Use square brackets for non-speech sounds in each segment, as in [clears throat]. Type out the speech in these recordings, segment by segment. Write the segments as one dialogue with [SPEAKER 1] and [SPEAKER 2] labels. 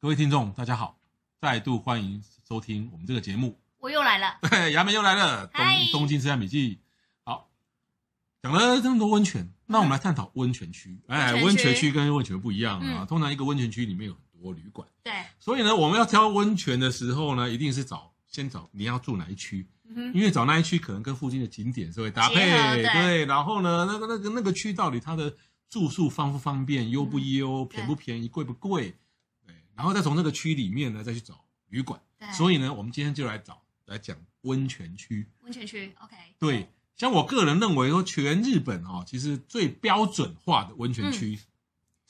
[SPEAKER 1] 各位听众，大家好，再度欢迎收听我们这个节目。
[SPEAKER 2] 我又来了，
[SPEAKER 1] 对，衙门又来了，东
[SPEAKER 2] 嗨
[SPEAKER 1] 东京之汉笔记。好，讲了这么多温泉，那我们来探讨温泉区。哎，温
[SPEAKER 2] 嗯温泉区
[SPEAKER 1] 泉区跟温泉不一样啊，
[SPEAKER 2] 嗯
[SPEAKER 1] 通常一个温泉区里面有很多旅馆，
[SPEAKER 2] 对，
[SPEAKER 1] 所以呢，我们要挑温泉的时候呢，一定是找先找你要住哪一区，
[SPEAKER 2] 嗯哼
[SPEAKER 1] 因为找那一区可能跟附近的景点是会搭配，
[SPEAKER 2] 结合对
[SPEAKER 1] 对。然后呢，那个那个那个区到底它的住宿方不方便、优
[SPEAKER 2] 嗯
[SPEAKER 1] 不优、便不便宜、贵不贵，对。然后再从那个区里面呢，再去找旅馆。
[SPEAKER 2] 对，
[SPEAKER 1] 所
[SPEAKER 2] 以
[SPEAKER 1] 以呢，我们今天就来找来讲温泉区。
[SPEAKER 2] 温泉区，OK，
[SPEAKER 1] 对，像我个人认为说，全日本哦，其实最标准化的温泉区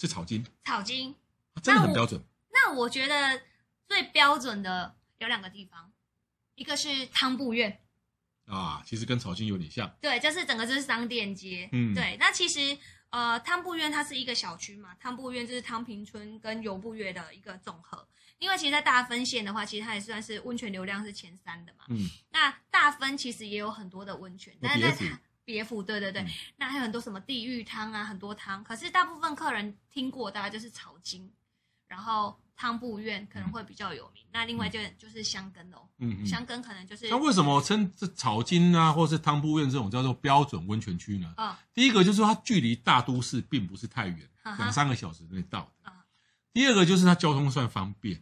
[SPEAKER 1] 是草金，
[SPEAKER 2] 草金。
[SPEAKER 1] 真的
[SPEAKER 2] 嗯那
[SPEAKER 1] 很
[SPEAKER 2] 我
[SPEAKER 1] 标准。
[SPEAKER 2] 那我觉得最标准的有两个地方，一个是汤布院，
[SPEAKER 1] 啊，其实跟草金有点像，
[SPEAKER 2] 对，就是整个就是商店街，
[SPEAKER 1] 嗯
[SPEAKER 2] 对。那其实呃，汤布院它是一个小区嘛，汤布院就是汤平村跟游步院的一个总和。因为其实，在大分县的话，其实它也算是温泉流量是前三的嘛。
[SPEAKER 1] 嗯，
[SPEAKER 2] 那大分其实也有很多的温泉，
[SPEAKER 1] 有
[SPEAKER 2] 但是在
[SPEAKER 1] 别府
[SPEAKER 2] 它别府，对对对，
[SPEAKER 1] 嗯
[SPEAKER 2] 那还有很多什么地狱汤啊，很多汤。可是大部分客人听过，大概就是草金，然后汤布院可能会比较有名。那另外就就是香根楼，
[SPEAKER 1] 嗯嗯。
[SPEAKER 2] 香根可能就是
[SPEAKER 1] 那为什么我称这草金啊，或是汤布院这种叫做标准温泉区呢？
[SPEAKER 2] 嗯
[SPEAKER 1] 第一个就是说它距离大都市并不是太远，
[SPEAKER 2] 哈啊哈
[SPEAKER 1] 两三个小时内到的
[SPEAKER 2] 啊。
[SPEAKER 1] 第二个就是它交通算方便，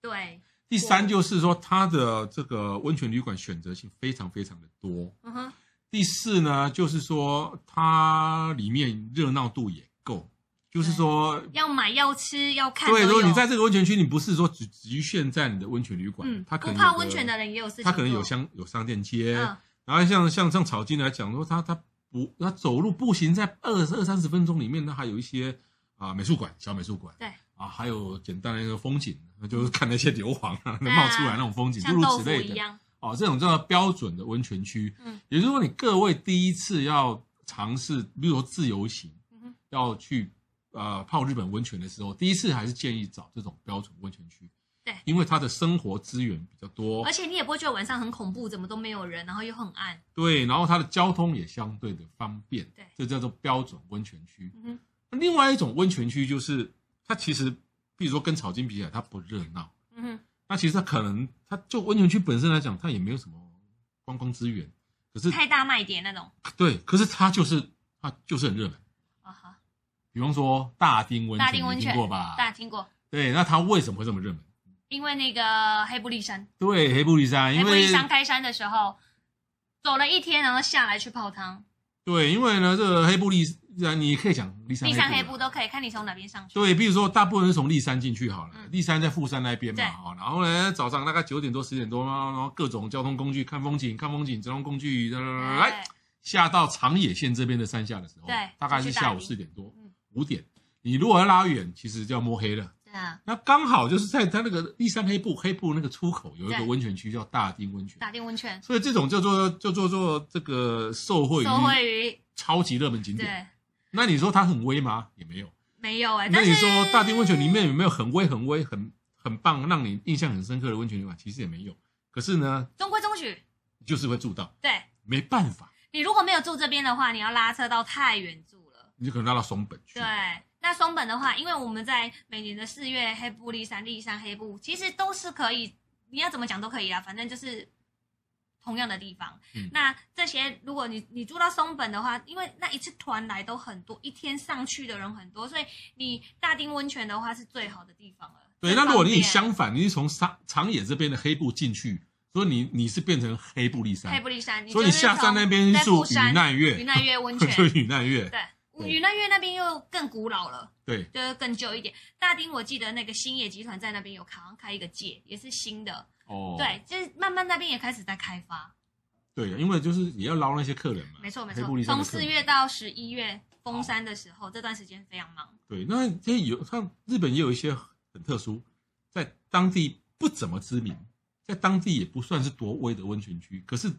[SPEAKER 2] 对，
[SPEAKER 1] 第三就是说它的这个温泉旅馆选择性非常非常的多。
[SPEAKER 2] 嗯哼，
[SPEAKER 1] 第四呢，就是说它里面热闹度也够，就是说，
[SPEAKER 2] 要买要吃要看都
[SPEAKER 1] 对，
[SPEAKER 2] 有，
[SPEAKER 1] 如果你在这个温泉区，你不是说只局限在你的温泉旅馆，
[SPEAKER 2] 嗯，
[SPEAKER 1] 它可
[SPEAKER 2] 不
[SPEAKER 1] 能
[SPEAKER 2] 泡
[SPEAKER 1] 有个
[SPEAKER 2] 温泉的，人也有事情做，
[SPEAKER 1] 它可能有商有商店街，
[SPEAKER 2] 嗯
[SPEAKER 1] 然后像像像草金来讲说，它它不它走路步行在二二三十分钟里面，它还有一些啊、美术馆小美术馆，
[SPEAKER 2] 对
[SPEAKER 1] 啊，还有简单的一个风景，那就是看那些硫磺啊冒出来那种风景，诸
[SPEAKER 2] 像
[SPEAKER 1] 如
[SPEAKER 2] 豆
[SPEAKER 1] 此
[SPEAKER 2] 腐
[SPEAKER 1] 类
[SPEAKER 2] 一
[SPEAKER 1] 的。
[SPEAKER 2] 样，
[SPEAKER 1] 哦，这种叫做标准的温泉区。
[SPEAKER 2] 嗯
[SPEAKER 1] 也就是说，你各位第一次要尝试，比如说自由行，
[SPEAKER 2] 嗯哼
[SPEAKER 1] 要去呃泡日本温泉的时候，第一次还是建议找这种标准温泉区。
[SPEAKER 2] 对
[SPEAKER 1] 因为它的生活资源比较多
[SPEAKER 2] 而，且你也不会觉得晚上很恐怖，怎么都没有人，然后又很暗，
[SPEAKER 1] 对，然后它的交通也相对的方便，
[SPEAKER 2] 对
[SPEAKER 1] 这叫做标准温泉区。
[SPEAKER 2] 嗯哼，
[SPEAKER 1] 另外一种温泉区就是它其实，比如说跟草金比起来，它不热闹，
[SPEAKER 2] 嗯哼，
[SPEAKER 1] 那其实它可能它就温泉区本身来讲，它也没有什么观光资源，可是
[SPEAKER 2] 太大卖点那种，
[SPEAKER 1] 对，可是它就是它就是很热门。
[SPEAKER 2] 啊哈，
[SPEAKER 1] 比方说大丁温泉，
[SPEAKER 2] 大丁温泉
[SPEAKER 1] 你听过吧？
[SPEAKER 2] 大家听过。
[SPEAKER 1] 对，那它为什么会这么热门？
[SPEAKER 2] 因为那个黑布利山，
[SPEAKER 1] 对，黑布利山，
[SPEAKER 2] 黑
[SPEAKER 1] 因
[SPEAKER 2] 布
[SPEAKER 1] 为
[SPEAKER 2] 利山开山的时候，走了一天，然后下来去泡汤，
[SPEAKER 1] 对，因为呢，这个黑布利山，你可以讲立山
[SPEAKER 2] 立山黑
[SPEAKER 1] 布
[SPEAKER 2] 布
[SPEAKER 1] 啦
[SPEAKER 2] 都可以看你从哪边上去。
[SPEAKER 1] 对，比如说大部分是从立山进去好了，
[SPEAKER 2] 嗯
[SPEAKER 1] 立山在富山那边嘛，
[SPEAKER 2] 对
[SPEAKER 1] 哦，然后呢，早上大概九点多十点多嘛，然后各种交通工具看风景，看风景，交通工具，来来来，下到长野县这边的山下的时候，
[SPEAKER 2] 哎对
[SPEAKER 1] 大概是
[SPEAKER 2] 就去
[SPEAKER 1] 下
[SPEAKER 2] 大
[SPEAKER 1] 午
[SPEAKER 2] 理
[SPEAKER 1] 四点多
[SPEAKER 2] 嗯
[SPEAKER 1] 五点，你如果要拉远，其实就要摸黑了。
[SPEAKER 2] 对啊，
[SPEAKER 1] 那刚好就是在它那个第三黑部黑部那个出口有一个
[SPEAKER 2] 对
[SPEAKER 1] 温泉区叫大丁温泉，
[SPEAKER 2] 打定温泉，
[SPEAKER 1] 所以这种叫做叫做做这个受惠
[SPEAKER 2] 收
[SPEAKER 1] 于
[SPEAKER 2] 惠于
[SPEAKER 1] 超级热门景点。
[SPEAKER 2] 对，
[SPEAKER 1] 那你说它很威吗？也没有。
[SPEAKER 2] 没有哎。
[SPEAKER 1] 那
[SPEAKER 2] 但
[SPEAKER 1] 你
[SPEAKER 2] 是
[SPEAKER 1] 说大丁温泉里面有没有很威很威很很棒让你印象很深刻的温泉旅馆？其实也没有。可是呢，
[SPEAKER 2] 中规中矩，
[SPEAKER 1] 就是会住到，
[SPEAKER 2] 对
[SPEAKER 1] 没办法，
[SPEAKER 2] 你如果没有住这边的话，你要拉车到太原住了。
[SPEAKER 1] 你就可能拉到松本去
[SPEAKER 2] 对。，那松本的话，因为我们在每年的四月黑布利山、立山黑布，其实都是可以，你要怎么讲都可以啦，反正就是同样的地方。
[SPEAKER 1] 嗯
[SPEAKER 2] 那这些如果你你住到松本的话，因为那一次团来都很多，一天上去的人很多，所以你大町温泉的话是最好的地方了。
[SPEAKER 1] 对，
[SPEAKER 2] 最
[SPEAKER 1] 那如果你
[SPEAKER 2] 方便
[SPEAKER 1] 相反，你是从长长野这边的黑部进去，所以你你是变成黑部立山
[SPEAKER 2] 黑，布利山，
[SPEAKER 1] 所以你
[SPEAKER 2] 就是
[SPEAKER 1] 下山
[SPEAKER 2] 从
[SPEAKER 1] 那边
[SPEAKER 2] 在
[SPEAKER 1] 住
[SPEAKER 2] 富
[SPEAKER 1] 宇
[SPEAKER 2] 山
[SPEAKER 1] 奈月
[SPEAKER 2] 云，南
[SPEAKER 1] [laughs]
[SPEAKER 2] 月温
[SPEAKER 1] 就
[SPEAKER 2] 泉，
[SPEAKER 1] 宇奈月，
[SPEAKER 2] 对，
[SPEAKER 1] 对
[SPEAKER 2] 云南月那边又更古老了。
[SPEAKER 1] 对，
[SPEAKER 2] 就是更旧一点。大町我记得那个兴业集团在那边有好像开一个界，也是新的，
[SPEAKER 1] 哦，
[SPEAKER 2] 对，就是慢慢那边也开始在开发。
[SPEAKER 1] 对，因为就是也要捞那些客人嘛，
[SPEAKER 2] 没错没
[SPEAKER 1] 啊黑布利
[SPEAKER 2] 错，
[SPEAKER 1] 山的
[SPEAKER 2] 从
[SPEAKER 1] 客人
[SPEAKER 2] 四月到十一月封山的时候，这段时间非常忙。
[SPEAKER 1] 对，那这有像日本也有一些很很特殊，在当地不怎么知名，在当地也不算是多威的温泉区，可是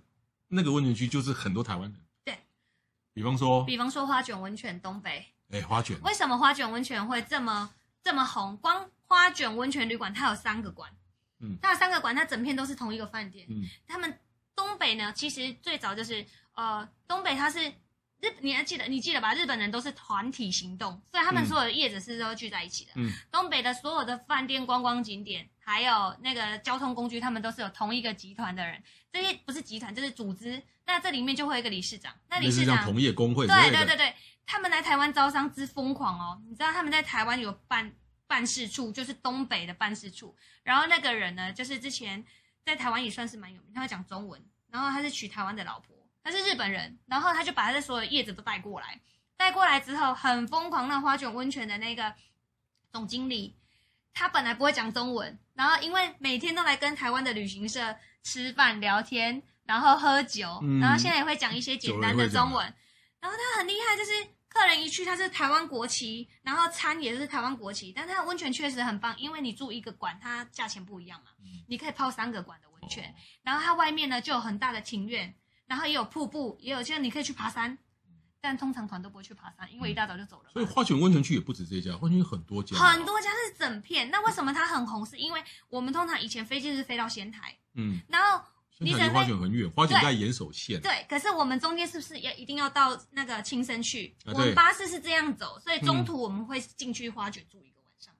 [SPEAKER 1] 那个温泉区就是很多台湾人。
[SPEAKER 2] 对，
[SPEAKER 1] 比方说，
[SPEAKER 2] 比方说花卷温泉东北，
[SPEAKER 1] 哎，花卷，
[SPEAKER 2] 为什么花卷温泉会这么这么红？光花卷温泉旅馆它有三个馆，
[SPEAKER 1] 嗯
[SPEAKER 2] 它有三个馆，它整片都是同一个饭店。
[SPEAKER 1] 嗯，
[SPEAKER 2] 他们东北呢，其实最早就是呃，东北它是日，你还记得你记得吧？日本人都是团体行动，所以他们
[SPEAKER 1] 嗯
[SPEAKER 2] 所有的业者是都聚在一起的。
[SPEAKER 1] 嗯，
[SPEAKER 2] 东北的所有的饭店、观光景点，还有那个交通工具，他们都是有同一个集团的人。这些不是集团，就是组织。那这里面就会有一个理事长，那理
[SPEAKER 1] 类
[SPEAKER 2] 事
[SPEAKER 1] 似像
[SPEAKER 2] 长
[SPEAKER 1] 同业工会之
[SPEAKER 2] 对
[SPEAKER 1] 类
[SPEAKER 2] 对
[SPEAKER 1] 的，
[SPEAKER 2] 对对，他们来台湾招商之疯狂哦！你知道他们在台湾有办办事处，就是东北的办事处。然后那个人呢，就是之前在台湾也算是蛮有名，他会讲中文，然后他是娶台湾的老婆，他是日本人，然后他就把他的所有叶子都带过来，带过来之后很疯狂。那花卷温泉的那个总经理，他本来不会讲中文，然后因为每天都来跟台湾的旅行社吃饭聊天，然后喝酒，
[SPEAKER 1] 嗯
[SPEAKER 2] 然后现在也会讲一些简单的
[SPEAKER 1] 久了也会讲
[SPEAKER 2] 中文。然后他很厉害，就是客人一去，他是台湾国旗，然后餐也是台湾国旗，但他的温泉确实很棒，因为你住一个馆，它价钱不一样嘛，
[SPEAKER 1] 嗯
[SPEAKER 2] 你可以泡三个馆的温泉，
[SPEAKER 1] 哦
[SPEAKER 2] 然后它外面呢就有很大的庭院，然后也有瀑布，也有像你可以去爬山，但通常团都不会去爬山，因为一大早就走了嘛。
[SPEAKER 1] 嗯哦所以花啊卷温泉区也不止这一家，花卷有很多家，
[SPEAKER 2] 很，多家是整片，那为什么它很红？是因为我们通常以前飞机是飞到仙台，
[SPEAKER 1] 嗯，
[SPEAKER 2] 然后
[SPEAKER 1] 仙台离花卷很远，花卷在岩手县，
[SPEAKER 2] 对，可是我们中间是不是也一定要到那个青森去？
[SPEAKER 1] 啊对
[SPEAKER 2] 我们巴士是这样走，所以中途我们会进去花卷住一个晚上。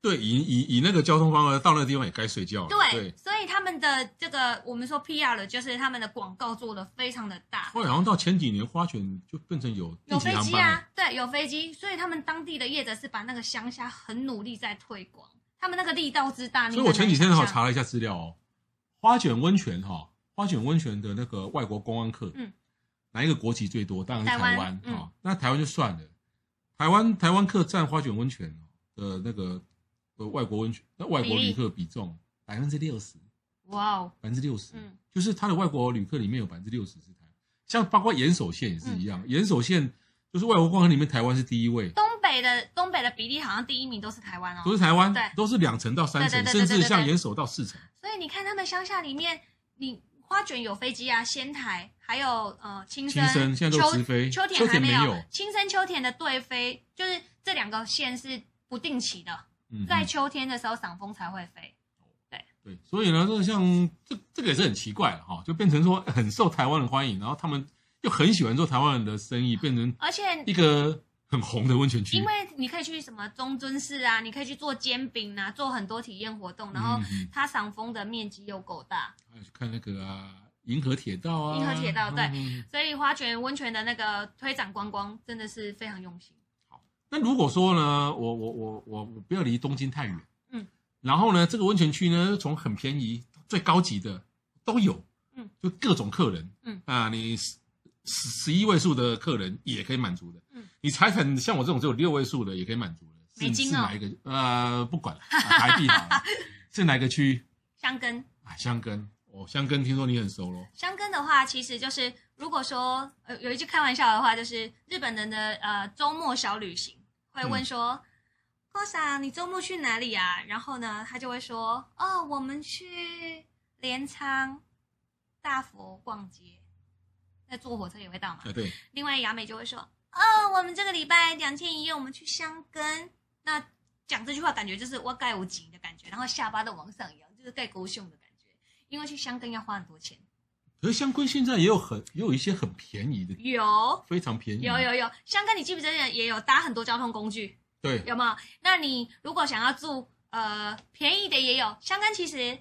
[SPEAKER 1] 对，以以以那个交通方案到那个地方也该睡觉了，
[SPEAKER 2] 对，
[SPEAKER 1] 嗯对，
[SPEAKER 2] 所以他们的这个我们说 PR 了，就是他们的广告做的非常的大。
[SPEAKER 1] 后来好像到前几年花卷就变成有
[SPEAKER 2] 有
[SPEAKER 1] 定期
[SPEAKER 2] 飞
[SPEAKER 1] 哦航
[SPEAKER 2] 机
[SPEAKER 1] 班了，
[SPEAKER 2] 啊，对，有飞机，所以他们当地的业者是把那个乡下很努力在推广，他们那个力道之大，
[SPEAKER 1] 所以我前几天
[SPEAKER 2] 好
[SPEAKER 1] 哈查了一下资料哦，花卷温泉哈、花卷温泉的那个外国公安客，
[SPEAKER 2] 嗯
[SPEAKER 1] 哪一个国籍最多？当然是
[SPEAKER 2] 台
[SPEAKER 1] 台
[SPEAKER 2] 湾
[SPEAKER 1] 湾啊、
[SPEAKER 2] 嗯
[SPEAKER 1] 哦那台湾就算了，台湾台湾客占花卷温泉的那个呃外国温泉那外国
[SPEAKER 2] 比例
[SPEAKER 1] 旅客比重百分之六十，
[SPEAKER 2] 哇哦，
[SPEAKER 1] 百分之六十，
[SPEAKER 2] 嗯
[SPEAKER 1] 就是他的外国旅客里面有百分之六十是台湾，像包括岩手县也是
[SPEAKER 2] 嗯
[SPEAKER 1] 一样，岩手县就是外国观光里面台湾是第一位。
[SPEAKER 2] 东北的东北的比例好像第一名都是台湾哦
[SPEAKER 1] 都，是台湾
[SPEAKER 2] 对，
[SPEAKER 1] 都是两成到三成，
[SPEAKER 2] 对对对
[SPEAKER 1] 甚
[SPEAKER 2] 对
[SPEAKER 1] 至
[SPEAKER 2] 对
[SPEAKER 1] 像
[SPEAKER 2] 对
[SPEAKER 1] 岩手到四成。
[SPEAKER 2] 所以你看他们乡下里面，你花卷有飞机啊，仙台还有呃青
[SPEAKER 1] 青森现在都直
[SPEAKER 2] 秋
[SPEAKER 1] 飞，
[SPEAKER 2] 秋田还
[SPEAKER 1] 没
[SPEAKER 2] 没，青森秋田的对飞就是这两个县是不定期的，
[SPEAKER 1] 嗯，
[SPEAKER 2] 在
[SPEAKER 1] 嗯
[SPEAKER 2] 秋天的时候赏枫才会飞。
[SPEAKER 1] 对，所以呢，这个像这这个也是很奇怪了哈、就变成说很受台湾人欢迎，然后他们又很喜欢做台湾人的生意，变成
[SPEAKER 2] 而且
[SPEAKER 1] 一个很红的温泉区。
[SPEAKER 2] 因为你可以去什么中尊寺啊，你可以去做煎饼啊，做很多体验活动，然后
[SPEAKER 1] 嗯嗯
[SPEAKER 2] 它赏枫的面积又够大，
[SPEAKER 1] 还有去看那个啊，银河铁道啊，
[SPEAKER 2] 银河铁道对
[SPEAKER 1] 嗯
[SPEAKER 2] 所以花卷温泉的那个推展观光真的是非常用心。
[SPEAKER 1] 那如果说呢，我我我我我不要离东京太远，
[SPEAKER 2] 嗯，
[SPEAKER 1] 然后呢，这个温泉区呢，从很便宜到最高级的都有，
[SPEAKER 2] 嗯，
[SPEAKER 1] 就各种客人，
[SPEAKER 2] 嗯
[SPEAKER 1] 啊，你十十十一位数的客人也可以满足的，
[SPEAKER 2] 嗯，
[SPEAKER 1] 你财产像我这种只有六位数的也可以满足的，是
[SPEAKER 2] 美金哦
[SPEAKER 1] 是哪一个？呃，不管了，啊台币
[SPEAKER 2] [laughs]
[SPEAKER 1] 好了，是哪个区？
[SPEAKER 2] 香根
[SPEAKER 1] 啊，香根，哦，香根，听说你很熟咯。
[SPEAKER 2] 香根的话，其实就是如果说呃有一句开玩笑的话，就是日本人的呃周末小旅行会问说。郭 s a 你周末去哪里啊？然后呢，他就会说：“哦，我们去镰仓、大佛逛街。”那坐火车也会到嘛？
[SPEAKER 1] 啊，对，
[SPEAKER 2] 另外雅美就会说：“哦，我们这个礼拜两天一夜，我们去香根。”那讲这句话，感觉就是我盖无极的感觉，然后下巴都往上扬，就是盖勾胸的感觉。因为去香根要花很多钱，
[SPEAKER 1] 可是香根现在也有很也有一些很便宜的，
[SPEAKER 2] 有
[SPEAKER 1] 非常便宜，
[SPEAKER 2] 有，有有，香港你记不记得也有搭很多交通工具，
[SPEAKER 1] 对，
[SPEAKER 2] 有没有？那你如果想要住呃便宜的也有，香港其实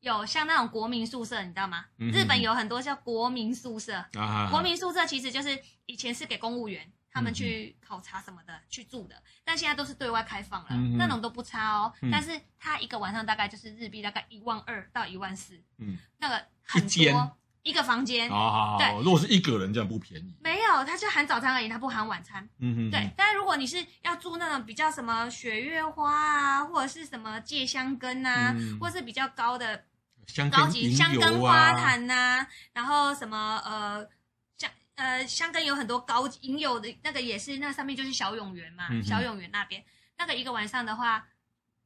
[SPEAKER 2] 有像那种国民宿舍，你知道吗？
[SPEAKER 1] 嗯
[SPEAKER 2] 日本有很多叫国民宿舍，
[SPEAKER 1] 啊，
[SPEAKER 2] 国民宿舍其实就是以前是给公务员。他们去
[SPEAKER 1] 嗯
[SPEAKER 2] 考察什么的，去住的，但现在都是对外开放了，
[SPEAKER 1] 嗯嗯
[SPEAKER 2] 那种都不差哦。
[SPEAKER 1] 嗯
[SPEAKER 2] 但是它一个晚上大概就是日币大概一万二到一万四，
[SPEAKER 1] 嗯。
[SPEAKER 2] 那个很
[SPEAKER 1] 一间
[SPEAKER 2] 多一个房间，
[SPEAKER 1] 哦好好好，
[SPEAKER 2] 对
[SPEAKER 1] 如果是一个人这样不便宜。
[SPEAKER 2] 没有，它就含早餐而已，它不含晚餐。
[SPEAKER 1] 嗯嗯，
[SPEAKER 2] 对，但如果你是要住那种比较什么雪月花啊，或者是什么芥香根啊，
[SPEAKER 1] 嗯
[SPEAKER 2] 或是比较高的
[SPEAKER 1] 香
[SPEAKER 2] 高
[SPEAKER 1] 根
[SPEAKER 2] 级
[SPEAKER 1] 银
[SPEAKER 2] 香根
[SPEAKER 1] 油
[SPEAKER 2] 花
[SPEAKER 1] 啊，
[SPEAKER 2] 坛呐、然后什么呃香呃香根有很多高级银友的那个也是，那上面就是小永园嘛，
[SPEAKER 1] 嗯哼
[SPEAKER 2] 小永园那边那个一个晚上的话，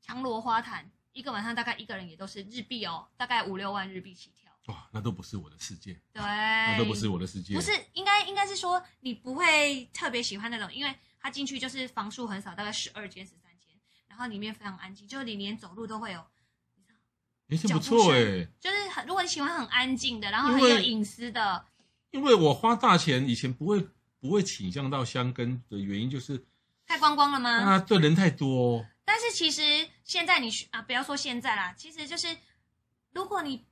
[SPEAKER 2] 长罗花坛，一个晚上大概一个人也都是日币哦，大概五六万日币起跳。
[SPEAKER 1] 哇，那都不是我的世界，
[SPEAKER 2] 对，
[SPEAKER 1] 那都不是我的世界，
[SPEAKER 2] 哎不是，应该应该是说你不会特别喜欢那种，因为它进去就是房数很少，大概十二间、十三间，然后里面非常安静，就是你连走路都会有，
[SPEAKER 1] 哎，这不错
[SPEAKER 2] 脚
[SPEAKER 1] 哎，
[SPEAKER 2] 就是很如果你喜欢很安静的，然后很
[SPEAKER 1] 因为
[SPEAKER 2] 有隐私的，
[SPEAKER 1] 因为我花大钱以前不会不会倾向到香根的原因就是
[SPEAKER 2] 太光光了吗？
[SPEAKER 1] 啊，对人太多哦，
[SPEAKER 2] 但是其实现在你去啊，不要说现在啦，其实就是如果你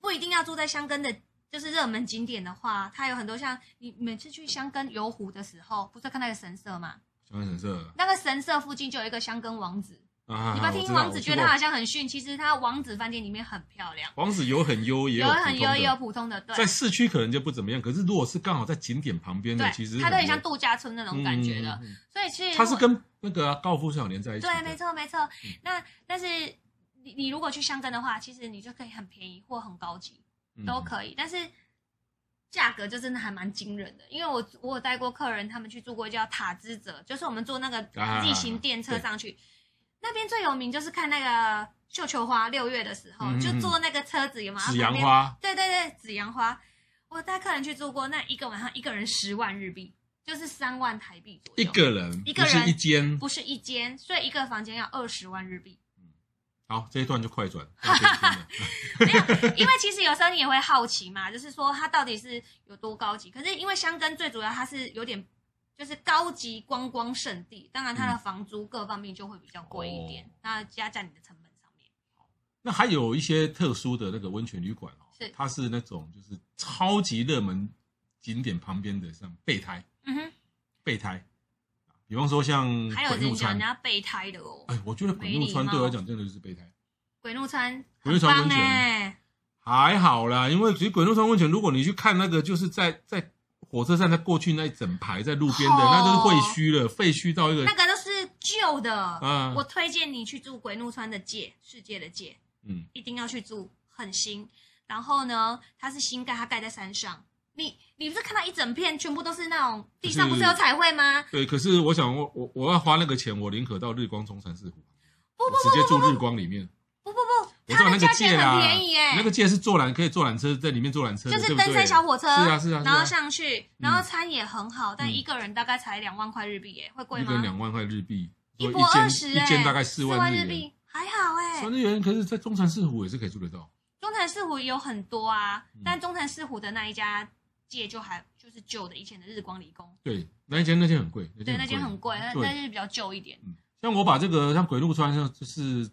[SPEAKER 2] 不一定要住在香根的，就是热门景点的话，它有很多像你每次去香根游湖的时候，不是看那个神社吗？
[SPEAKER 1] 香根神社
[SPEAKER 2] 那个神社附近就有一个香根王子，
[SPEAKER 1] 啊，
[SPEAKER 2] 你不要
[SPEAKER 1] 我
[SPEAKER 2] 听
[SPEAKER 1] 知道
[SPEAKER 2] 王子觉得它好，像很逊，其实它王子饭店里面很漂亮，
[SPEAKER 1] 我去过王子有很优也
[SPEAKER 2] 有
[SPEAKER 1] 普
[SPEAKER 2] 很
[SPEAKER 1] 通
[SPEAKER 2] 优
[SPEAKER 1] 的
[SPEAKER 2] 也有普通的，对
[SPEAKER 1] 在市区可能就不怎么样，可是如果是刚好在景点旁边的，其实
[SPEAKER 2] 对，它都很像
[SPEAKER 1] 多
[SPEAKER 2] 度假村那种感觉的，，
[SPEAKER 1] 嗯嗯嗯
[SPEAKER 2] 所以其实
[SPEAKER 1] 它是
[SPEAKER 2] 如果
[SPEAKER 1] 跟那个啊高尔夫球场连在一起的，
[SPEAKER 2] 对，没错没错。那但是你你如果去香根的话，其实你就可以很便宜或很高级。
[SPEAKER 1] 嗯
[SPEAKER 2] 都可以，但是价格就真的还蛮惊人的。因为我我有带过客人，他们去住过叫塔之泽，就是我们坐那个
[SPEAKER 1] 啊
[SPEAKER 2] 自行电车
[SPEAKER 1] 对
[SPEAKER 2] 上去，那边最有名就是看那个绣球花，六月的时候、
[SPEAKER 1] 嗯嗯嗯
[SPEAKER 2] 就坐那个车子有没有？
[SPEAKER 1] 紫阳
[SPEAKER 2] 旁
[SPEAKER 1] 花，
[SPEAKER 2] 边，对对对，紫阳花。我带客人去住过，那一个晚上一个人十万日币，就是三万台币左
[SPEAKER 1] 一
[SPEAKER 2] 右。
[SPEAKER 1] 个人，
[SPEAKER 2] 一个
[SPEAKER 1] 不是
[SPEAKER 2] 人
[SPEAKER 1] 一间。
[SPEAKER 2] 不是一间，所以一个房间要二十万日币。
[SPEAKER 1] 好，这一段就快
[SPEAKER 2] [laughs]
[SPEAKER 1] 转。到这一天了
[SPEAKER 2] 没有， [laughs] 因为其实有时候你也会好奇嘛，就是说它到底是有多高级。可是因为香根最主要它是有点就是高级观光圣地，当然它的房租各方面就会比较贵一点，
[SPEAKER 1] 哦
[SPEAKER 2] 那加在你的成本上面。
[SPEAKER 1] 那还有一些特殊的那个温泉旅馆哦，
[SPEAKER 2] 是
[SPEAKER 1] 它是那种就是超级热门景点旁边的，像备胎，
[SPEAKER 2] 嗯哼，
[SPEAKER 1] 备胎，比方说像
[SPEAKER 2] 还有
[SPEAKER 1] 滚
[SPEAKER 2] 人
[SPEAKER 1] 木嗯川
[SPEAKER 2] 讲人，家备胎的哦，
[SPEAKER 1] 哎，我觉得滚木川对我来讲真的就是备胎，
[SPEAKER 2] 鬼怒川，
[SPEAKER 1] 鬼怒川温泉
[SPEAKER 2] 哎、
[SPEAKER 1] 还好啦，因为其实滚木川温泉，如果你去看那个，就是在在火车站再过去那一整排在路边的，
[SPEAKER 2] 哦
[SPEAKER 1] 那都是废墟了，废墟到一个
[SPEAKER 2] 那个都是旧的。
[SPEAKER 1] 啊
[SPEAKER 2] 我，推荐你去住鬼怒川的界，世界的界，
[SPEAKER 1] 嗯，
[SPEAKER 2] 一定要去住，很新。然后呢，它是新盖，它盖在山上。你你不是看到一整片全部都是那种地上
[SPEAKER 1] 就
[SPEAKER 2] 不
[SPEAKER 1] 是
[SPEAKER 2] 是有彩绘吗？
[SPEAKER 1] 对。可是我想我，我我要花那个钱，我宁可到日光中山四湖，
[SPEAKER 2] 不
[SPEAKER 1] 我
[SPEAKER 2] 不
[SPEAKER 1] 直接住日光里面。
[SPEAKER 2] 不不不，
[SPEAKER 1] 我知道
[SPEAKER 2] 它
[SPEAKER 1] 那
[SPEAKER 2] 的
[SPEAKER 1] 个
[SPEAKER 2] 价
[SPEAKER 1] 界
[SPEAKER 2] 钱
[SPEAKER 1] 啦，
[SPEAKER 2] 很便宜耶，
[SPEAKER 1] 那个界是坐缆，可以坐缆车，在里面坐缆车的，
[SPEAKER 2] 就是
[SPEAKER 1] 对不
[SPEAKER 2] 登
[SPEAKER 1] 对
[SPEAKER 2] 山小火车，
[SPEAKER 1] 是啊是啊，
[SPEAKER 2] 然后
[SPEAKER 1] 是啊
[SPEAKER 2] 上去，然后餐也很好，但一个人大概才两万块日币耶，会贵
[SPEAKER 1] 一个人
[SPEAKER 2] 吗？
[SPEAKER 1] 两万块日币，
[SPEAKER 2] 一
[SPEAKER 1] 说
[SPEAKER 2] 波
[SPEAKER 1] 间
[SPEAKER 2] 二十
[SPEAKER 1] 一
[SPEAKER 2] 哎，
[SPEAKER 1] 间大概四
[SPEAKER 2] 四
[SPEAKER 1] 万
[SPEAKER 2] 日
[SPEAKER 1] 元，
[SPEAKER 2] 币，还好哎
[SPEAKER 1] 四。万日元，可是在中山四湖也是可以住得到。
[SPEAKER 2] 中潭四湖也有很多啊
[SPEAKER 1] 嗯，
[SPEAKER 2] 但中潭四湖的那一家界就还就是旧的，以前的日光理工，
[SPEAKER 1] 对，那一间那间很贵，那
[SPEAKER 2] 对，那间很贵，那
[SPEAKER 1] 对
[SPEAKER 2] 那是比较旧一点。
[SPEAKER 1] 嗯，像我把这个像鬼路川像就是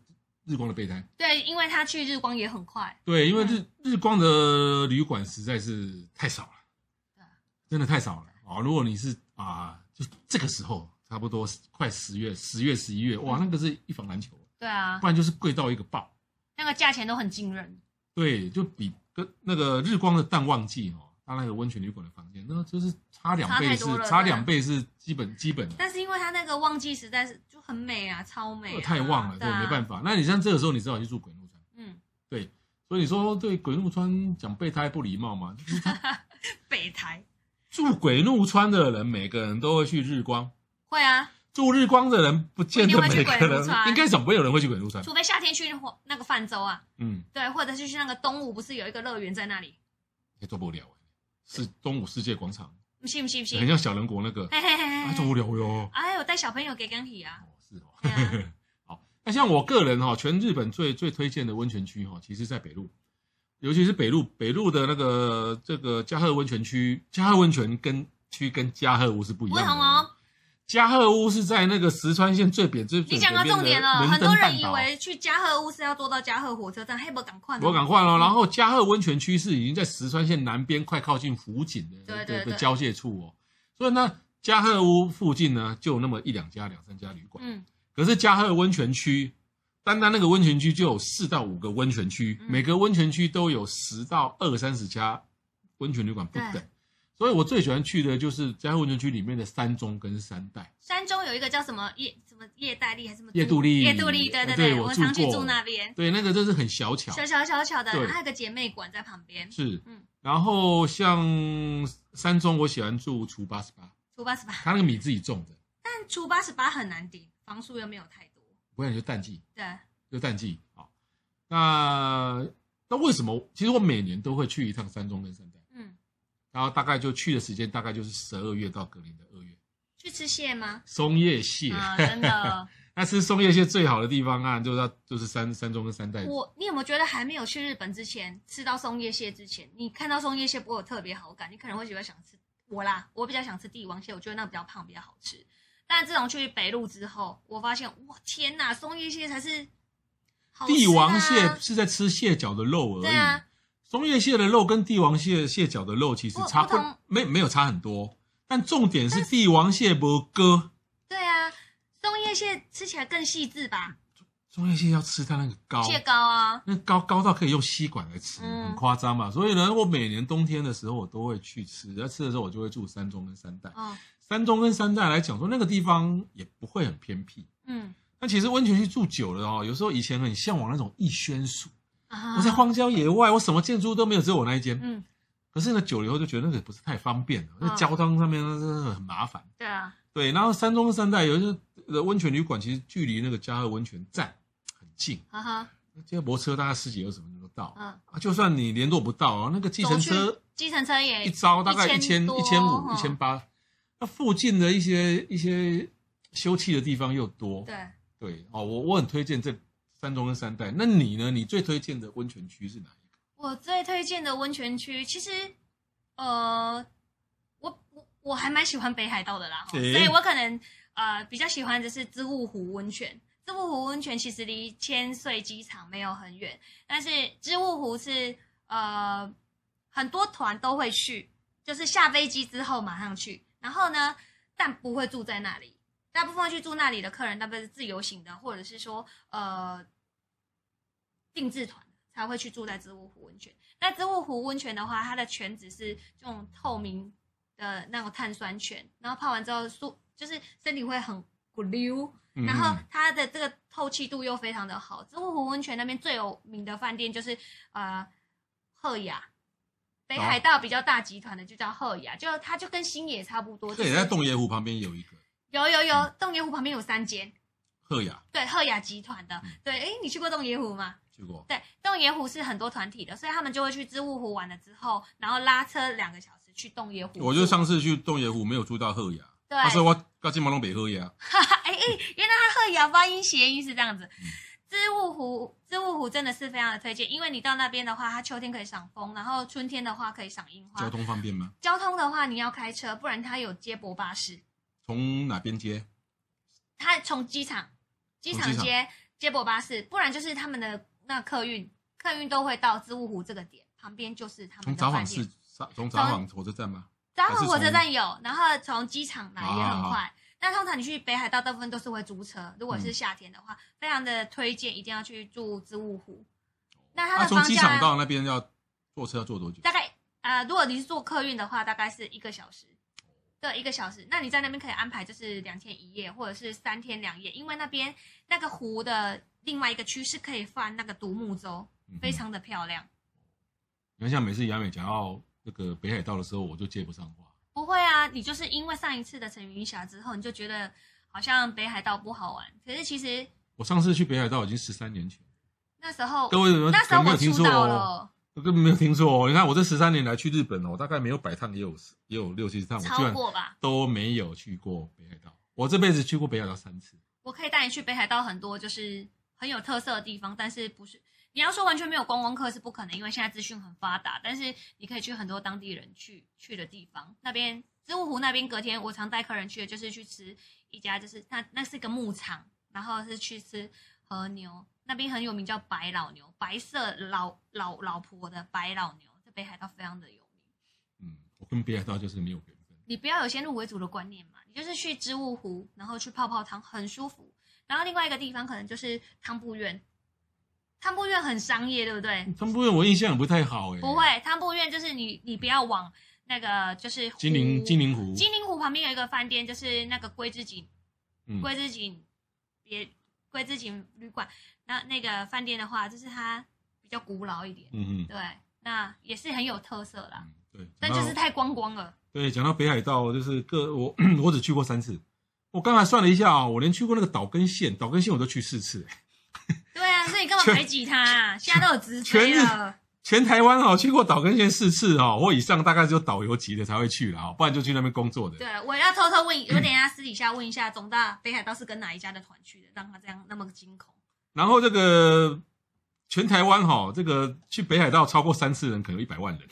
[SPEAKER 1] 日光的备胎，
[SPEAKER 2] 对，因为他去日光也很快，
[SPEAKER 1] 对，因为日、日光的旅馆实在是太少了，
[SPEAKER 2] 对
[SPEAKER 1] 真的太少了啊、如果你是啊，就这个时候差不多快十月、十月、十一月，
[SPEAKER 2] 嗯
[SPEAKER 1] 哇，那个是一房难求，
[SPEAKER 2] 对啊
[SPEAKER 1] 不，然就是贵到一个爆。
[SPEAKER 2] 那个价钱都很惊人。
[SPEAKER 1] 对，就比跟那个日光的淡旺季哦，它那个温泉旅馆的房间，那就是差两倍是
[SPEAKER 2] 差太多了啊
[SPEAKER 1] 差两倍是基本基本的，
[SPEAKER 2] 但是因为他那个旺季实在是就很美啊，超美、啊，
[SPEAKER 1] 哦太旺了，对，没办
[SPEAKER 2] 法。
[SPEAKER 1] 法。那你像这个时候，你只好去住鬼怒川，
[SPEAKER 2] 嗯，
[SPEAKER 1] 所以你说对鬼怒川讲备胎不礼貌嘛？就是他
[SPEAKER 2] 北台
[SPEAKER 1] 住鬼怒川的人，每个人都会去日光。
[SPEAKER 2] 会啊，
[SPEAKER 1] 住日光的人不见得
[SPEAKER 2] 不
[SPEAKER 1] 每
[SPEAKER 2] 一定会去
[SPEAKER 1] 个
[SPEAKER 2] 鬼怒
[SPEAKER 1] 人，
[SPEAKER 2] 川
[SPEAKER 1] 应该总不会有人会去鬼怒川。
[SPEAKER 2] 除非夏天去火那个泛舟啊，
[SPEAKER 1] 嗯，
[SPEAKER 2] 对，或者是去那个东武，不是有一个乐园在那里？
[SPEAKER 1] 也做不了欸。是东武世界广场，
[SPEAKER 2] 不信不信不
[SPEAKER 1] 很
[SPEAKER 2] 信？
[SPEAKER 1] 像小人国那个，
[SPEAKER 2] 嘿嘿嘿
[SPEAKER 1] 啊，
[SPEAKER 2] 嘿
[SPEAKER 1] 做
[SPEAKER 2] 嘿。
[SPEAKER 1] 不了哟。
[SPEAKER 2] 哎，我带小朋友给钢体啊，
[SPEAKER 1] 哦，是哦。 [laughs]
[SPEAKER 2] 对啊
[SPEAKER 1] 好，那像我个人哈、全日本最最推荐的温泉区哈、其实在北路，尤其是北路北路的那个这个加贺温泉区，加贺温泉跟区跟加贺屋是不一
[SPEAKER 2] 不
[SPEAKER 1] 样
[SPEAKER 2] 会
[SPEAKER 1] 的。
[SPEAKER 2] 红哦。
[SPEAKER 1] 加贺屋是在那个石川县最扁最
[SPEAKER 2] 你
[SPEAKER 1] 最
[SPEAKER 2] 讲到
[SPEAKER 1] 北边
[SPEAKER 2] 重
[SPEAKER 1] 的
[SPEAKER 2] 点了，
[SPEAKER 1] 能
[SPEAKER 2] 很
[SPEAKER 1] 登
[SPEAKER 2] 多
[SPEAKER 1] 半
[SPEAKER 2] 人以
[SPEAKER 1] 岛啊
[SPEAKER 2] 为去嘉禾屋是要坐到嘉禾火车站，黑不赶快呢，
[SPEAKER 1] 我赶快
[SPEAKER 2] 嗯
[SPEAKER 1] 哦，然后加贺温泉区是已经在石川县南边，快靠近福井的
[SPEAKER 2] 对
[SPEAKER 1] 的
[SPEAKER 2] 对
[SPEAKER 1] 的
[SPEAKER 2] 对
[SPEAKER 1] 交界处哦。所以呢，加贺屋附近呢，就有那么一两家、两三家旅馆。
[SPEAKER 2] 嗯，
[SPEAKER 1] 可是加贺温泉区，单单那个温泉区就有四到五个温泉区，
[SPEAKER 2] 嗯
[SPEAKER 1] 每个温泉区都有十到二三十家温泉旅馆不等
[SPEAKER 2] 对。
[SPEAKER 1] 所以我最喜欢去的就是加贺温泉区里面的山中跟山代，
[SPEAKER 2] 山中有一个叫什么叶什么叶黛丽还是什么
[SPEAKER 1] 叶杜丽
[SPEAKER 2] 叶杜丽，对
[SPEAKER 1] 呃
[SPEAKER 2] 对
[SPEAKER 1] 对
[SPEAKER 2] 对，
[SPEAKER 1] 我
[SPEAKER 2] 我
[SPEAKER 1] 住
[SPEAKER 2] 常去
[SPEAKER 1] 过
[SPEAKER 2] 住那边，
[SPEAKER 1] 对，那个真是很小巧，
[SPEAKER 2] 小小小小的，
[SPEAKER 1] 对
[SPEAKER 2] 还有个姐妹馆在旁边，
[SPEAKER 1] 是。
[SPEAKER 2] 嗯
[SPEAKER 1] 然后像山中，我喜欢住厨八十八，
[SPEAKER 2] 除八十八，
[SPEAKER 1] 他那个米自己种的，
[SPEAKER 2] 但除八十八很难顶，房数又没有太多，
[SPEAKER 1] 不然就淡季。
[SPEAKER 2] 对，
[SPEAKER 1] 就淡季啊。那那为什么？其实我每年都会去一趟山中跟山代，
[SPEAKER 2] 嗯，
[SPEAKER 1] 然后大概就去的时间大概就是十二月到隔年的二月，
[SPEAKER 2] 去吃蟹吗？
[SPEAKER 1] 松叶蟹。
[SPEAKER 2] 啊、真的，
[SPEAKER 1] [laughs] 那吃松叶蟹最好的地方啊，就是要就是山山中跟山代。
[SPEAKER 2] 我你有没有觉得还没有去日本之前，吃到松叶蟹之前，你看到松叶蟹不会有特别好感，你可能会比较想吃我啦，我比较想吃帝王蟹，我觉得那比较胖，比较好吃。但自从去北路之后，我发现哇天哪，松叶蟹才是好吃、啊、
[SPEAKER 1] 帝王蟹是在吃蟹脚的肉而已。
[SPEAKER 2] 对啊，
[SPEAKER 1] 松叶蟹的肉跟帝王蟹蟹脚的肉其实
[SPEAKER 2] 不
[SPEAKER 1] 差不
[SPEAKER 2] 不同
[SPEAKER 1] 没没有差很多，但重点是帝王蟹不割，
[SPEAKER 2] 对啊，松叶蟹吃起来更细致吧？
[SPEAKER 1] 松叶蟹要吃它那个膏，
[SPEAKER 2] 蟹膏啊，
[SPEAKER 1] 那高高到可以用吸管来吃，
[SPEAKER 2] 嗯
[SPEAKER 1] 很夸张嘛。所以呢，我每年冬天的时候我都会去吃，要吃的时候我就会住山中跟山代。
[SPEAKER 2] 哦，
[SPEAKER 1] 山中跟山代来讲说，那个地方也不会很偏僻。
[SPEAKER 2] 嗯，
[SPEAKER 1] 那其实温泉区住久了哦，有时候以前很向往那种逸轩宿，
[SPEAKER 2] 啊
[SPEAKER 1] 我在荒郊野外，我什么建筑都没有，只有我那一间。
[SPEAKER 2] 嗯，
[SPEAKER 1] 可是呢，久了以后就觉得那个也不是太方便了，那
[SPEAKER 2] 嗯
[SPEAKER 1] 交通上面那真的很麻烦。
[SPEAKER 2] 对啊，
[SPEAKER 1] 对，然后山中山代有一些呃温泉旅馆，其实距离那个嘉禾温泉站很近，
[SPEAKER 2] 哈啊哈，
[SPEAKER 1] 这个摩托车大概十几二十分钟就到。
[SPEAKER 2] 嗯，
[SPEAKER 1] 啊，就算你联络不到啊，那个计程
[SPEAKER 2] 走
[SPEAKER 1] 车
[SPEAKER 2] 计程车也
[SPEAKER 1] 一招大概一
[SPEAKER 2] 一
[SPEAKER 1] 千
[SPEAKER 2] 千
[SPEAKER 1] 一
[SPEAKER 2] 多
[SPEAKER 1] 千五、
[SPEAKER 2] 哈
[SPEAKER 1] 一千八，那附近的一些一些休憩的地方又多。
[SPEAKER 2] 对，
[SPEAKER 1] 对哦，我我很推荐这山中跟山代。那你呢？你最推荐的温泉区是哪一个？
[SPEAKER 2] 我最推荐的温泉区，其实，呃，我我我还蛮喜欢北海道的啦，
[SPEAKER 1] 诶
[SPEAKER 2] 所以我可能呃比较喜欢的是知户湖温泉。知户湖温泉其实离千岁机场没有很远，但是知户湖是呃很多团都会去，就是下飞机之后马上去，然后呢，但不会住在那里。大部分去住那里的客人，大部分是自由行的，或者是说呃定制团的才会去住在植物湖温泉。那植物湖温泉的话，它的泉只是这种透明的那种碳酸泉，然后泡完之后，舒就是身体会很咕溜，
[SPEAKER 1] 嗯
[SPEAKER 2] 然后它的这个透气度又非常的好。知户湖温泉那边最有名的饭店就是呃鹤雅，北
[SPEAKER 1] 哦
[SPEAKER 2] 海道比较大集团的就叫鹤雅，就它就跟星野差不多。就
[SPEAKER 1] 这
[SPEAKER 2] 是
[SPEAKER 1] 也在洞爷湖旁边有一个
[SPEAKER 2] 有有有，洞爷湖旁边有三间，
[SPEAKER 1] 鹤雅，
[SPEAKER 2] 对鹤雅集团的
[SPEAKER 1] 嗯。
[SPEAKER 2] 对，诶，你去过洞爷湖吗？
[SPEAKER 1] 去过。
[SPEAKER 2] 对，洞爷湖是很多团体的，所以他们就会去知物湖玩了之后，然后拉车两个小时去洞爷湖住。
[SPEAKER 1] 我就上次去洞爷湖没有住到鹤雅，
[SPEAKER 2] 对，
[SPEAKER 1] 那时候我到金毛龙北鹤雅，
[SPEAKER 2] [laughs] 哎哎，原来它鹤雅发音谐音是这样子。
[SPEAKER 1] 嗯
[SPEAKER 2] 知物湖，知物湖真的是非常的推荐，因为你到那边的话，它秋天可以赏枫，然后春天的话可以赏樱
[SPEAKER 1] 交
[SPEAKER 2] 花。
[SPEAKER 1] 通方便吗？
[SPEAKER 2] 交通的话，你要开车，不然它有接驳巴士，
[SPEAKER 1] 从哪边接？
[SPEAKER 2] 它从机场，机
[SPEAKER 1] 从
[SPEAKER 2] 场
[SPEAKER 1] 机场
[SPEAKER 2] 接接驳巴士，不然就是他们的那客运，客运都会到知物湖这个点，旁边就是他
[SPEAKER 1] 从
[SPEAKER 2] 们的
[SPEAKER 1] 札
[SPEAKER 2] 饭
[SPEAKER 1] 幌
[SPEAKER 2] 店
[SPEAKER 1] 市。，从札幌火车站吗？
[SPEAKER 2] 札幌火车站有，然后从机场来也很
[SPEAKER 1] 啊嗯
[SPEAKER 2] 快。但通常你去北海道，大部分都是会租车。如果是夏天的话，非常的推荐，一定要去住知物湖。那
[SPEAKER 1] 那
[SPEAKER 2] 它
[SPEAKER 1] 哦
[SPEAKER 2] 的
[SPEAKER 1] 啊从
[SPEAKER 2] 房
[SPEAKER 1] 机
[SPEAKER 2] 价
[SPEAKER 1] 场到那边要坐车要坐多久？
[SPEAKER 2] 大概呃，如果你是坐客运的话，大概是一个小时，对，一个小时。那你在那边可以安排就是两天一夜，或者是三天两夜，因为那边那个湖的另外一个区是可以放那个独木舟，
[SPEAKER 1] 嗯
[SPEAKER 2] 非。常的漂亮。
[SPEAKER 1] 你看，像每次雅美讲到那个北海道的时候，我就接不上话。
[SPEAKER 2] 不会啊，你就是因为上一次的陈云霞之后，你就觉得好像北海道不好玩，可是其实
[SPEAKER 1] 我上次去北海道已经十三年前，
[SPEAKER 2] 那时候
[SPEAKER 1] 各位有没有
[SPEAKER 2] 那时候
[SPEAKER 1] 有没
[SPEAKER 2] 我
[SPEAKER 1] 有听
[SPEAKER 2] 出
[SPEAKER 1] 说
[SPEAKER 2] 道
[SPEAKER 1] 哦？
[SPEAKER 2] 了，
[SPEAKER 1] 我根本没有听错哦。你看，我这十三年来去日本哦，大概没有百趟，也有也有六七十趟，我居
[SPEAKER 2] 超
[SPEAKER 1] 然
[SPEAKER 2] 过吧？
[SPEAKER 1] 都没有去过北海道。我这辈子去过北海道三次，
[SPEAKER 2] 我可以带你去北海道很多就是很有特色的地方，但是不是你要说完全没有观光客是不可能，因为现在资讯很发达，但是你可以去很多当地人去去的地方。那边知物湖那边隔天我常带客人去的就是去吃一家，就是那那是一个牧场，然后是去吃和牛，那边很有名叫白老牛，白色老老老婆的白老牛，在北海道非常的有名。
[SPEAKER 1] 嗯，我跟北海道就是没有缘分。
[SPEAKER 2] 你不要有先入为主的观念嘛，你就是去织物湖，然后去泡泡汤，很舒服。然后另外一个地方可能就是汤布院，汤布院很商业，对不对？
[SPEAKER 1] 川部院我印象也不太好哎，
[SPEAKER 2] 不，会，汤布院就是你你不要往那个就是湖
[SPEAKER 1] 金陵金陵湖，
[SPEAKER 2] 金陵湖旁边有一个饭店，就是那个龟之井
[SPEAKER 1] 嗯，
[SPEAKER 2] 龟之井别龟之井旅馆，那那个饭店的话，就是它比较古老一点，
[SPEAKER 1] 嗯嗯
[SPEAKER 2] 对，那也是很有特色啦，
[SPEAKER 1] 嗯，对，
[SPEAKER 2] 但就是太观光了。
[SPEAKER 1] 对，讲到北海道，就是各我 [clears throat] 我只去过三哦次。我刚才算了一下啊、我连去过那个岛根县，岛根县我都去四次，
[SPEAKER 2] 对啊，所以你干嘛排挤他、啊？现在都有直飞了，
[SPEAKER 1] 全台湾哦，去过岛根县四次哦，或以上大概只有导游级的才会去啦、哦，不然就去那边工作的。
[SPEAKER 2] 对，我要偷偷问，我等一下私底下问一下总大北海道是跟哪一家的团去的，让他这样那么惊恐。
[SPEAKER 1] 然后这个全台湾哈、哦，这个去北海道超过三次人，可能有一百万人，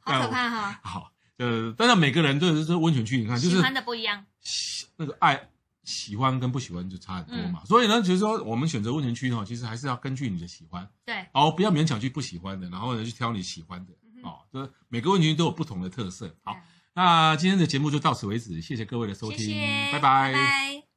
[SPEAKER 2] 好可怕哈、
[SPEAKER 1] 好，呃，当然每个人对这温泉区，你看 [laughs] 就
[SPEAKER 2] 喜
[SPEAKER 1] 是
[SPEAKER 2] 欢的不一样。
[SPEAKER 1] 那个爱喜欢跟不喜欢就差很多
[SPEAKER 2] 嗯
[SPEAKER 1] 嘛。所以呢，其实说我们选择温泉区哈，哦其实还是要根据你的喜欢
[SPEAKER 2] 对，
[SPEAKER 1] 哦，不要勉强去不喜欢的，然后呢去挑你喜欢的
[SPEAKER 2] 嗯哼
[SPEAKER 1] 哦。这每个温泉区都有不同的特色。好
[SPEAKER 2] 嗯，
[SPEAKER 1] 那今天的节目就到此为止，谢谢各位的收
[SPEAKER 2] 谢
[SPEAKER 1] 听，
[SPEAKER 2] 谢，
[SPEAKER 1] 拜
[SPEAKER 2] 拜拜